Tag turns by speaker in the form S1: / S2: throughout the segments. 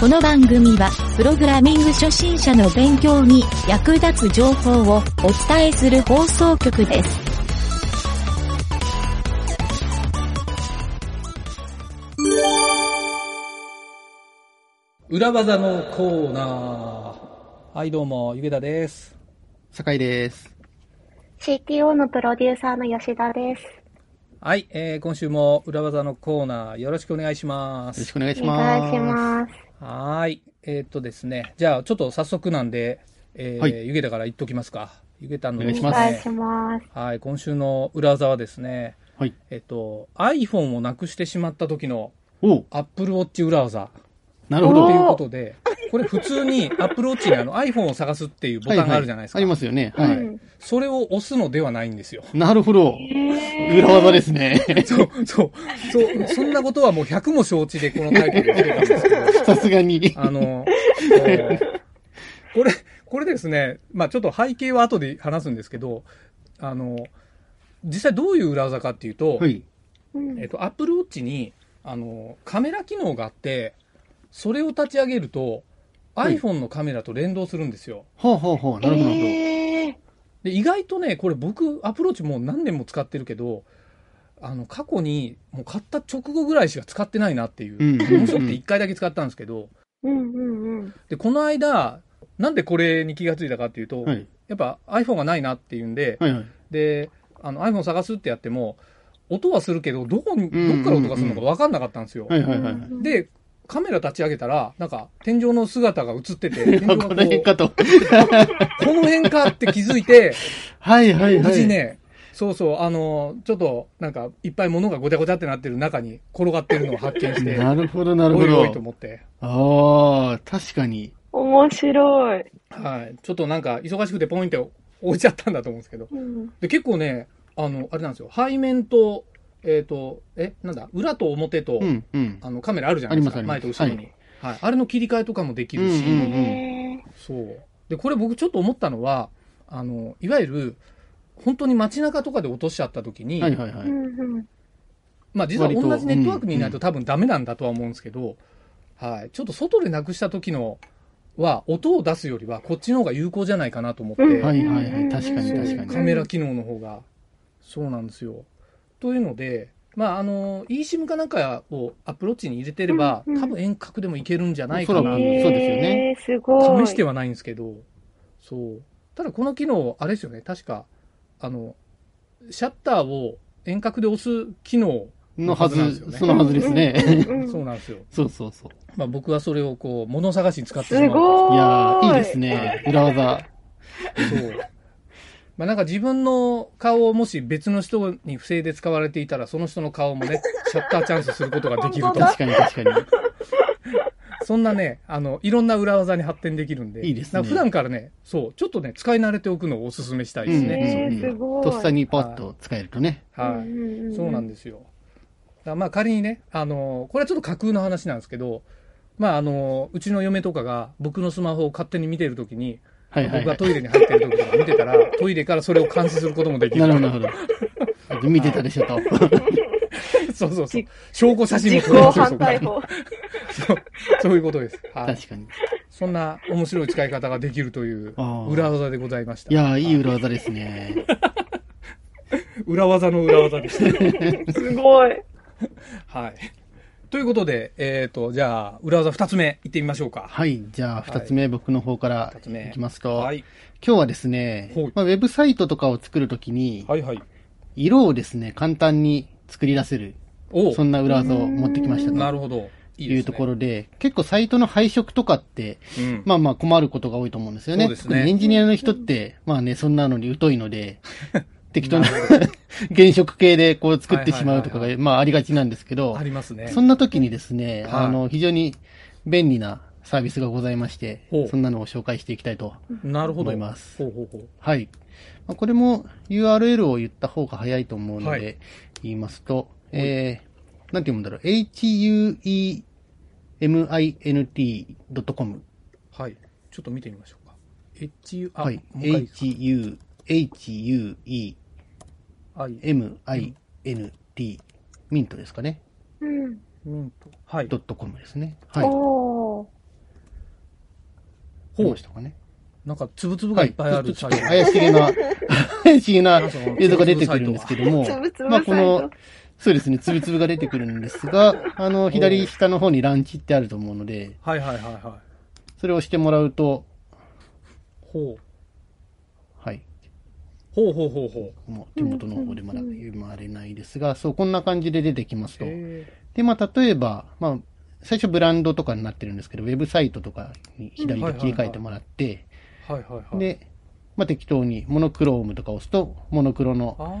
S1: この番組は、プログラミング初心者の勉強に役立つ情報をお伝えする放送局です。
S2: 裏技のコーナー。はい、どうも、ゆげだです。
S3: 酒井です。
S4: CTO のプロデューサーの吉田です。
S2: はい、えー、今週も裏技のコーナー、よろしくお願いしま
S3: よろし
S2: す。
S3: くお願いし
S4: お
S3: ます。
S4: 願いします。
S2: はーい、えー、っとですね、じゃあ、ちょっと早速なんで、えー
S3: はい
S2: ゆげだから言っときますか。ゆげたの
S3: お願いし
S4: お
S3: ま
S4: 願い
S2: で
S4: し
S2: すね
S4: ます。
S2: はい、今週の裏技はですね、
S3: はい。
S2: えっと、iPhone をなくしてしまった時の
S3: おう
S2: Apple Watch 裏技
S3: なるほ
S2: と
S3: ど。
S2: い
S3: は
S2: うことで、これ普通に Apple Watch にあの iPhone を探すっていうボタンがあるじゃないですか。
S3: ははありますよね。は。
S2: はいい。それを押すのではないんですよ。
S3: なるほど。裏技ですね。
S2: そう、そう、そう、そんなことはもう100も承知でこのタイトルをつけたんですけど、
S3: さすがに。
S2: あの、えーこれ、これですね、まあちょっと背景は後で話すんですけど、あの、実際どういう裏技かっていうと、
S3: はい。
S2: えっと、Apple Watch に、あの、カメラ機能があって、それを立ち上げると、
S3: はい
S2: iPhone のカメラと連動するんですよ。
S3: ほうほうほう。なるほど、なるほ
S2: で意外とねこれ僕アプローチもう何年も使ってるけどあの過去にもう買った直後ぐらいしか使ってないなっていう、
S3: うん
S2: 面白くて1回だけ使ったんですけど
S4: うんうんうん。
S2: でこの間なんでこれに気がついたかっていうと、
S3: ど。はい。
S2: やっぱ iPhone がないなっていうんで、
S3: はいはい。
S2: であの iPhone 探すってやっても音はするけどどこに
S3: うんうんう
S2: ど
S3: ん
S2: っから音がするのか分かんなかったんですよ、
S3: はいはいはいはい。
S2: でカメラ立ち上げたらなんか天井の姿が映ってて 天井が
S3: こ
S2: こ
S3: の辺
S2: う
S3: かと。
S2: この辺かって気づいて
S3: はいはいは
S2: 無
S3: い。
S2: 事ね、そうそう、あの、ちょっと、なんか、いっぱい物がごちゃごちゃってなってる中に転がってるのを発見して、
S3: なるほど、なる
S2: お
S3: ほ
S2: いおいと
S3: ど。
S2: 思って、
S3: ああ、確かに。
S4: 面白い。
S2: はい。ちょっとなんか、忙しくてポイント置いちゃったんだと思うんですけど。
S4: うん
S2: で、結構ね、あの、あれなんですよ、背面と、えっ、と、え、なんだ、裏と表と、
S3: うん、うん。
S2: あの、カメラあるじゃないですか、
S3: ありま
S2: 前
S3: すあ
S2: と
S3: ります
S2: 後ろに、はい。あれの切り替えとかもできるし、
S3: うんうん
S4: へ
S2: そう。で、これ僕ちょっと思ったのは、あの、いわゆる、本当に街中とかで落としちゃった時に、
S3: はいはいは
S4: ー
S3: い。
S2: まあ実は
S3: 割と
S2: 同じネットワークにいないと多分ダメなんだとは思うんですけど、はい。ちょっと外でなくした時のは、音を出すよりはこっちの方が有効じゃないかなと思って、
S4: うん
S3: はいはいはい。確かに
S2: そう
S3: 確かに。
S2: カメラ機能の方が、そうなんですよ。というので、まああの、eSIM かなんかをアプローチに入れてれば、
S4: うんうん
S2: 多分遠隔でもいけるんじゃないかな
S3: おそら
S2: と
S3: くねそうですよね。
S4: へーすごい。
S2: 試してはないんですけど、そう。ただこの機能、あれですよね、確か、あの、シャッターを遠隔で押す機能、
S3: のは
S2: はずなんです
S3: ず、
S2: よね
S3: そのはずですね。
S4: うんうん
S2: そうなんですよ。
S3: そうそうそう。
S2: まあ、僕はそれをこう物探しに使ってし
S4: す
S2: まう
S4: ご
S3: い
S4: い。
S3: やーいいですね。裏技。
S2: そうまあなんか自分の顔をもし別の人に不正で使われていたらその人の顔も ねシャッターチャンスすることができると
S3: 確かに確か
S2: そんなねあのいろんな裏技に発展できるんで
S3: いいですね
S2: なんか普段からねそうちょっとね使い慣れておくのをおすすめしたい
S3: に。
S2: です
S3: うん
S2: ね、
S4: ね
S3: うん
S4: すごい
S3: とっさにパッと使えるとね。
S2: はい、そうなん
S4: で
S2: ですよ。だからまあ仮にね、あのこれはちょっと架空の話なんですけど、まああのうちの嫁とかが僕のスマホを勝手に見てるときに、
S3: はいはいはい
S2: 僕がトイレに入ってるときとか見てたら、トイレからそれを監視することもでき
S3: な
S2: る。
S3: るほど、なるほど。見てたでしょと。
S2: そうそうそう。証拠写真も
S4: 自
S2: 撮れ
S4: 己
S2: ますよ、そ
S4: 反
S2: こか
S4: 対
S2: ら。
S4: 法。
S2: そう そういうことです。はい。
S3: 確かに。
S2: そんな面白い使い方ができるという
S3: あー
S2: 裏技でございました。
S3: いやー、いい裏技ですね。
S2: 裏技の裏技でした。
S4: すごい。
S2: はい。ということで、えっ、と、じゃあ、裏技二つ目いってみましょうか。
S3: はい。じゃあ、二つ目、僕の方から
S2: 二つ目
S3: いきますと、
S2: はい。
S3: 今日はですね
S2: ほい、
S3: まあ、ウェブサイトとかを作るときに、
S2: はいはい。
S3: 色をですね、簡単に作り出せる、
S2: おう
S3: そんな裏技を持ってきました
S2: な
S3: と
S2: るほど。いいですね。
S3: いうところで、結構サイトの配色とかって、
S2: うん。
S3: まあまあ困ることが多いと思うんですよね。
S2: そうですね
S3: 特にエンジニアの人って、まあね、そんなのに疎いので、適当な
S2: なる
S3: 原色系でこう作ってしまうとか
S2: はいはいはい
S3: が、まあありがちなんですけど
S2: あ、りますね。
S3: そんな時にですね、
S2: はい
S3: あの、非常に便利なサービスがございまして
S2: ほう、
S3: そんなのを紹介していきたいと。
S2: なるほど。
S3: 思います
S2: ほうほうほう。
S3: はい。まあ、これも URL を言った方が早いと思うの
S2: はい
S3: で、言いますと、えー、なんて読むんだろう、huemint.com。
S2: はい。ちょっと見てみましょうか。HU、あ、
S3: はい。
S2: もう一回いいですか
S3: hu, huemint。
S2: はい。
S3: ミントですかね。
S4: うん。
S2: ミント。はい。
S3: .com ですね。はい。
S4: おー。
S3: 出ましたかね。
S2: なんか、つぶつぶが
S3: はい
S2: っ
S3: い。
S2: ぱいある
S3: ち
S2: サ
S3: ょっ
S2: イ
S3: と
S2: ト。
S3: 怪しげな、 怪しげな映像が出てくるんですけども、
S4: つぶつぶ
S3: まあ
S4: サイト
S3: この、そうですね、つぶつぶが出てくるんで すが、あの、左下の方にランチってあると思うので、
S2: はいはいはいはい。
S3: それを押してもらうと、
S2: ほう。
S3: はい。
S2: ほうほうほうほう。
S3: もう手元の方でまだ読まれないですが、そう、こんな感じで出てきますと。
S2: へ
S3: で、まあ、例えば、まあ、最初ブランドとかになってるんですけど、ウェブサイトとかに左と切り替えてもらって、
S2: ーはいはいはい。、
S3: で、まあ、適当にモノクロームとか押すと、モノクロ
S2: あ
S3: の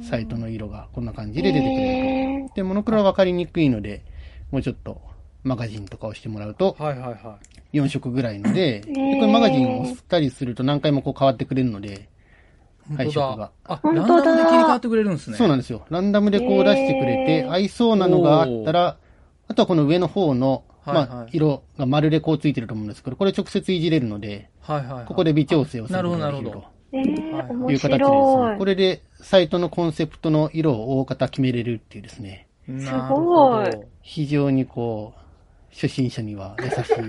S2: ー
S3: サイトの色がこんな感じ
S4: え
S3: で出てくる
S4: ー
S3: と。で、モノクロはわかりにくいので、もうちょっとマガジンとかをしてもらうと、
S2: はいはいは
S3: 4色ぐらいので、で
S4: ー
S3: これマガジンを押したりすると何回もこう変わってくれるので、
S2: い。
S3: 配
S2: 本
S3: 色
S2: 当だ
S3: が。
S2: あ、ラン
S4: 本当だ
S2: ダムで切り替わってくれるんですね。
S3: そうなんんですよ。ランダムでこう出してくれて、
S4: えー
S3: 合いそうなのがあったら、あとはこの上の方の、
S2: はいはい
S3: まあ、色が丸でこうついてると思うんですけど、これ直接いじれるので、
S2: はいはいはい。
S3: ここで微調整をすることができる
S2: なるほどなるほ
S3: と
S4: えー、
S3: い
S4: 面
S3: う形でです
S4: 白
S3: ね。
S4: い。
S3: これで、サイトのコンセプトの色を大方決めれるっていうですね、
S2: なる
S4: す
S2: ほ
S4: ご
S2: ど
S4: い。
S3: 非常にこう、初心者には優しい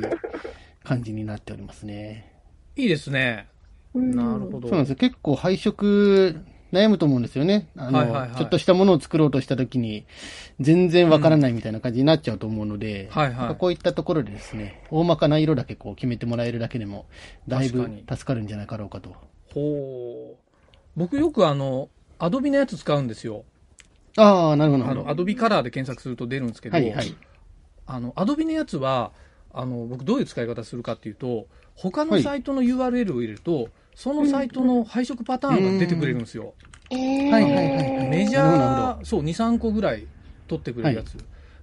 S3: 感じになっておりますね。
S2: いいですね。
S4: うん
S2: なるほど。
S3: そうなんですよ。結構配色、悩むと思うんですよね。あの、
S2: はいはいはい
S3: ちょっとしたものを作ろうとしたときに、全然わからないみたいな感じになっちゃうと思うので、
S2: はいはい
S3: なんかこういったところでですね、大まかな色だけこう決めてもらえるだけでも、だいぶ
S2: 確か
S3: 助かるんじゃなかろうかと。
S2: ほう。僕よくあの、アドビのやつ使うんですよ。
S3: ああ、なるほど、な
S2: あ
S3: るほ
S2: の、
S3: ど。
S2: アドビカラーで検索すると出るんですけど、
S3: はいはい。
S2: あの、アドビのやつは、あの、僕どういう使い方するかっていうと、他
S3: は
S2: の
S3: い
S2: サイトの URL を入れると、そのサイトの配色パターンが出てくれるんですよ。
S4: えー、
S3: はいはいはいはい
S2: メジ
S3: なるほどなる
S2: ャー、そう、2、3個ぐらい取ってくれるやつ。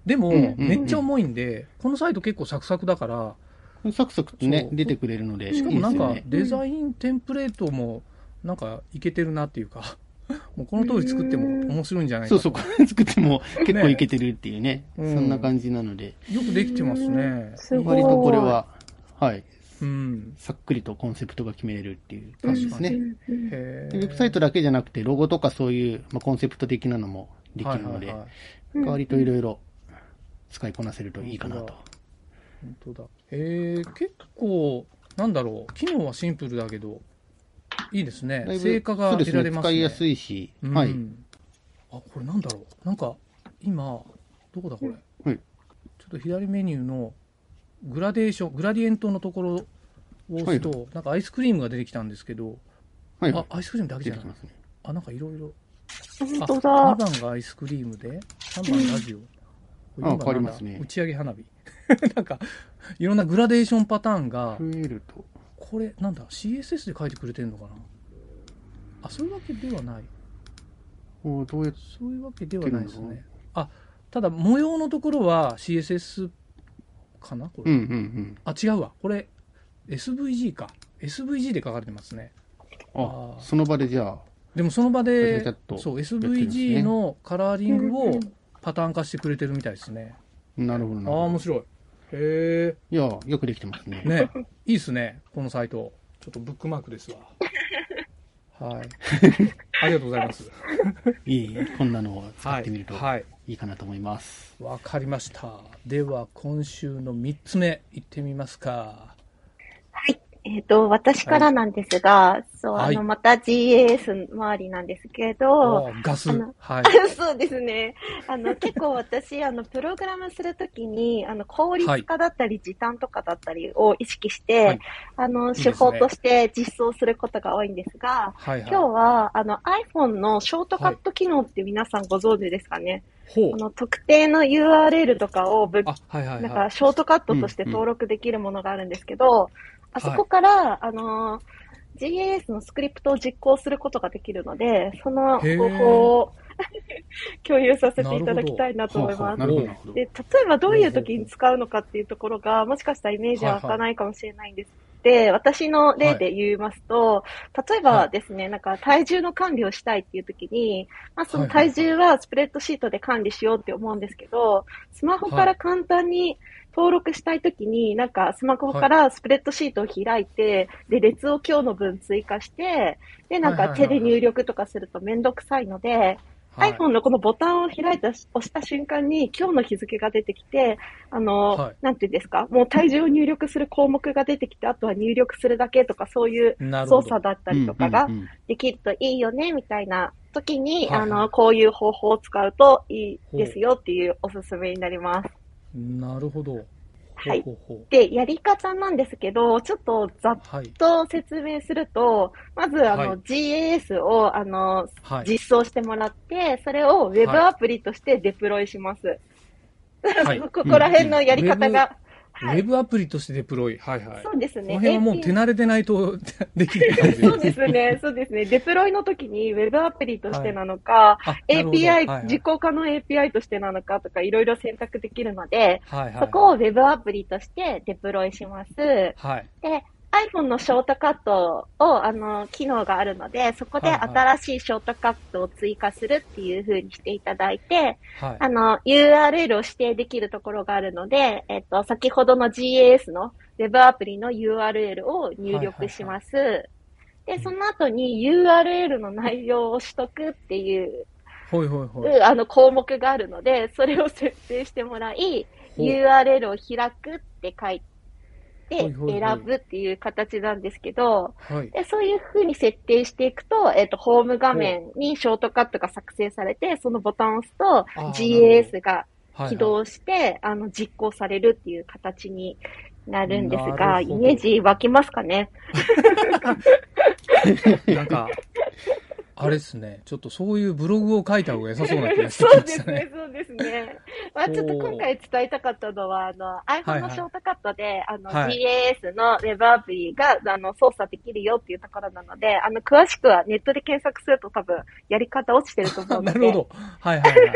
S2: でも、
S3: うんうんうん
S2: めっちゃ重いんで、このサイト結構サクサクだから、
S3: サクサクとね
S2: そ、う
S3: 出てくれるので、
S2: しかもなん
S3: いい
S2: か
S3: ですよね
S2: デザインテンプレートもなんかいけてるなっていうか もうこの通り作っても面白いんじゃないか
S3: そう
S2: と
S3: そう、これ作っても結構いけてるっていうね、
S2: ね
S3: そんな感じなので、
S2: よくできてますね
S4: すご
S3: 割
S4: い。
S3: とこれは、はい、
S2: うん
S3: さっくりとコンセプトが決めれるっていう
S4: うん、
S3: 感じですね。
S4: うん
S2: へ
S3: でウェブサイト
S2: だ
S3: だけじゃなくて、ロゴとかそういう、まあ、コンセプト的なのもできるの
S2: はいはい
S3: で、
S2: はい、
S4: うん
S3: 割といろいろ使いこなせるといいかなと。
S2: 本当だへえ結構なんだろう機能はシンプルだけどいいですね
S3: だいぶ
S2: 成果が
S3: そうで
S2: 得
S3: す
S2: られ
S3: ね
S2: ますね
S3: 使いやすいし、
S2: うん
S3: はい。
S2: あこれなんだろうなんか今どこだこれ、
S3: はい
S2: ちょっと左メニューのグラデーショングラディエントのところを押すと、なんかアイスクリームが出てきたんですけど、
S3: はい。
S2: あアイスクリームだけじ
S3: 出
S2: ゃ
S3: て
S2: ない
S3: きますね。
S2: あなんかいろいろ
S4: 本当
S2: 2
S4: だ。
S2: 番がアイスクリームで3番ラジオ
S3: ん
S2: 四番
S3: あ変わりますね
S2: なんだ打ち上げ花火 なんかいろんなグラデーションパターンが
S3: 増えると。
S2: これなんだ CSS で書いてくれてるのかなあそういうわけではない
S3: おーどうやって
S2: そういうわけではないです
S3: っていう
S2: ね。あ、ただ模様のところは CSS かなこ
S3: う
S2: れ、
S3: んうんうん。
S2: あ、違うわ。これ SVG か。SVG で書かれてますね。
S3: あ
S2: あー
S3: その場でじゃあ、
S2: でもその場
S3: ちゃ
S2: で
S3: ちゃっ、と
S2: そう、
S3: るんですね
S2: SVG のカラーリング
S4: うんう
S2: を
S4: ん
S2: パターン化してくれてるみたいですね。
S3: なるほど
S2: あ
S3: な
S2: あー、面白い。へ
S3: いや、よくできてますね。
S2: え。ね、いいっすね。このサイト。ちょっとブックマークですわ。 はい。ありがとうございます。
S3: いい、こんなのを使
S2: は
S3: ってみる
S2: い。
S3: と
S2: はい。
S3: いいかなと思います。
S2: わかりました。では、今週の3つ目、いってみますか。
S4: えっ、と、私からなんですが、そう、あ
S2: は
S4: の、
S2: い
S4: また GS 周りなんですけど、
S2: おーガス
S4: あ。の
S2: はい。
S4: そうですね。あ の、結構私、あの、プログラムするときに、あの、効率化だったり、時短とかだったりを意識して、
S2: はい
S4: あの、
S2: です
S4: 手
S2: ね
S4: 法として実装することが多いんですが、
S2: はい
S4: 今日
S2: は
S4: は、あの、iPhone のショートカット機能って皆さんご存知ですかね、
S2: い。ほ
S4: あ
S2: う。
S4: の、特定の URL とかをぶっ
S2: あ、はいはい
S4: なん
S2: は
S4: かショートカットとして登録できるものがあるんですけど、あそこから、あのー GIS のスクリプトを実行することができるので、その
S2: へー
S4: 方法を 共有させていただきたいなと思い
S3: はあは
S4: ま
S3: あな。
S4: す
S3: るほどなるほど。
S4: で例えばどういう時に使うのかっていうところが、もしかしたらイメージは湧かないかもしれないんです。で、私の例で言いますと、例えばですね、なんか体重の管理をしたいっていう時に、まあその体重はスプレッドシートで管理しようって思うんですけど、スマホから簡単に登録したい時に、なんかスマホからスプレッドシートを開いて、で、列を今日の分追加して、で、なんか手で入力とかするとめんどくさいので、
S2: はい
S4: iPhone のこのボタンを開いたし、押した瞬間に今日の日付が出てきて、あの、
S2: はい
S4: なんていうんですか、もう体重を入力する項目が出てきて、あとは入力するだけとか、そういう
S2: なるほ
S4: 操
S2: ど
S4: 作。だったりとかが
S3: うんうんうん
S4: できるといいよね、みたいな時に、
S2: はいはい
S4: あの、こういう方法を使うといいですよっていうおすすめになります。
S2: なるほど。
S4: はい
S2: ほうほうほ
S4: で、やり方なんですけど、ちょっとざっ
S2: うはい。
S4: と説明すると、まず、あの、
S2: はい
S4: GAS を、あの、
S2: はい。
S4: 実装してもらって、それをウェブアプリとしてデプロイします。
S2: はい
S4: ここら辺のやり方が、
S2: ウェブアプリとしてデプロイ。はいはい。
S4: そうです
S2: この
S4: ね。
S2: 辺はもう手
S4: API
S2: 慣れてないと できない感じ
S4: そうですね、そうですね。デプロイの時にウェブアプリとしてなのか、
S2: あなるほど
S4: API、
S2: はいはい
S4: 実行可能 API としてなのかとか、いろいろ選択できるので、
S2: はいはい。
S4: そこをウェブアプリとしてデプロイします。
S2: はい。
S4: iPhone のショートカットを、あの、機能があるので、そこで
S2: はいは
S4: 新しいショートカットを追加するっていう風にしていただいて、
S2: はい。
S4: あの、URL を指定できるところがあるので、えっと、先ほどの GAS の Web アプリの URL を入力します。で、その後に URL の内容を取得っていう、
S2: ほいほいほい。
S4: あの、項目があるので、それを設定してもらい、
S2: ほう
S4: URL を開くって書いて、
S2: ほいほいほい
S4: 選ぶっていう形なんですけど、
S2: はい。
S4: でそういう風に設定していくと、えっ、と、ホーム画面にショートカットが作成されて、そのボタンを押すと
S2: あー
S4: GAS が
S2: はい。
S4: 起動して、あの、実行されるっていう形になるんです
S2: な
S4: が、
S2: る
S4: イ
S2: ほど
S4: メージ湧きますかね
S2: なんか、あれですね。ちょっとそういうブログを書いた方が良さそうな気がして
S4: そう
S2: きま
S4: で
S2: し
S4: す
S2: たね。
S4: ね、そうですね。まあ、
S2: ほう
S4: ちょっと今回伝えたかったのは、あの、
S2: はい
S4: iPhone のショートカットで、あの、
S2: はい
S4: GAS の Web アプリが、あの、操作できるよっていうところなので、あの、詳しくはネットで検索すると多分、やり方落ちてると思うの
S2: なるほ
S4: で、
S2: ど。はいはいはい。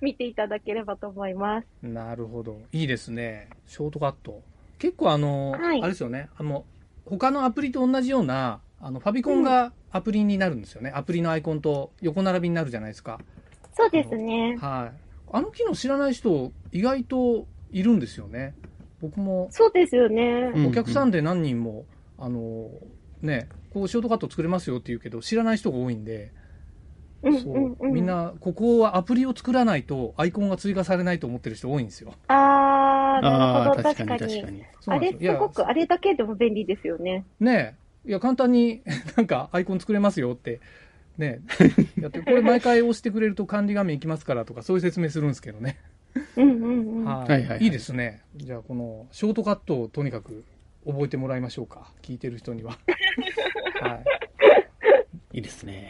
S4: 見ていただければと思います。
S2: なるほど。いいですね。ショートカット。結構あの、
S4: はい
S2: あれですよね。あの、他のアプリと同じような、あの、ファビコンがアプリになるんですよね。アプリのアイコンと横並びになるじゃないですか。
S4: そうですね。
S2: はい。あの機能知らない人、意外といるんですよね。僕も、
S4: そうですよね。
S3: うん
S2: お客さんで何人も、あの、ね、こうショートカット作れますよって言うけど、知らない人が多いんで、
S4: うん
S2: そうう、
S4: んうん。
S2: みんな、ここはアプリを作らないと、アイコンが追加されないと思ってる人多いんですよ。
S4: あー、なる
S3: あ
S4: ほ
S3: あ、確
S4: ど、確
S3: か
S4: か
S3: に確
S4: に
S3: か。に。
S2: そう
S4: あ
S2: なんで
S4: れ
S2: す
S4: す
S2: よいや
S4: ごく、あれだけでも便利ですよね。
S2: ねえ、いや、簡単に なんかアイコン作れますよって、ねえ、やって、これ毎回押してくれると管理画面いきますからとか、そういう説明するんですけどね。
S4: うんうんうん。は
S2: はい
S3: はいはいはい
S2: いいですね。じゃあ、このショートカットをとにかく覚えてもらいましょうか。聞いてる人に は。はい。
S3: いいですね。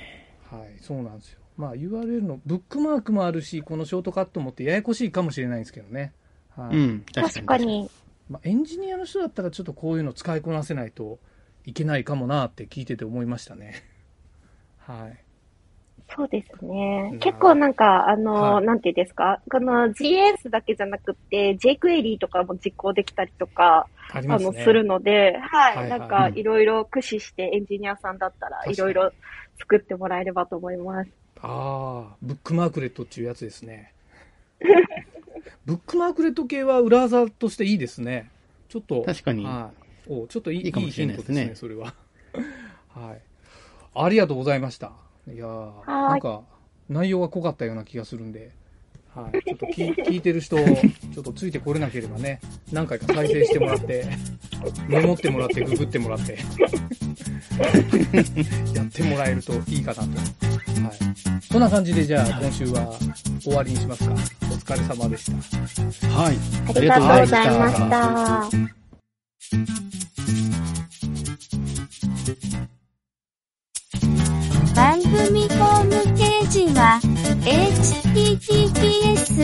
S2: はい、そうなんですよ。まあ、URL のブックマークもあるし、このショートカットもってややこしいかもしれないんですけどね。はい。
S3: うん、
S4: 確か。に。
S2: まあ、エンジニアの人だったら、ちょっとこういうの使いこなせないといけないかもなって聞いてて思いましたね。 はい。
S4: そうですね
S2: うん。
S4: 結構なんか、あの、
S2: はい
S4: なんていうんですか、この GS だけじゃなくて、jQuery とかも実行できたりとか、
S2: あり
S4: あ
S2: ます
S4: の、
S2: ね。
S4: するので、はい。
S2: はいはい
S4: なんか、いろいろ駆使してエンジニアさんだったら
S2: 確、かに
S4: いろいろ作ってもらえればと思います。
S2: ああ、ブックマークレットっていうやつです ね。ブックマークレット系は裏技としていいですね。ちょっと、
S3: 確かに
S2: はい、おちょっといい
S3: いいかもしれないですね
S2: ヒントそれは。 はい。ありがとうございました。いやー
S4: い
S2: なんか、内容が濃かったような気がするんで、はい、ちょっと聞聞いてる人、ちょっとついてこれなければね、何回か再生してもらって、メモってもらって、ググってもら って、やってもらえるといいかなと。はい。そんな感じで、じゃあ、今週は終わりにしますか。お疲れ様でした。
S3: はい。
S5: ありがとうございま
S3: ありがとうござい
S5: し
S3: まし
S5: た。
S3: た
S6: 番組ホームページは、https,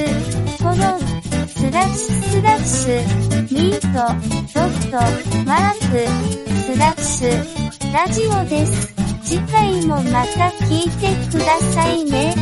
S6: コロン、スラッシュスラッシュ、ミート、ドット、マーク、スラッシュ、ラジオです。次回もまた聞いてくださいね。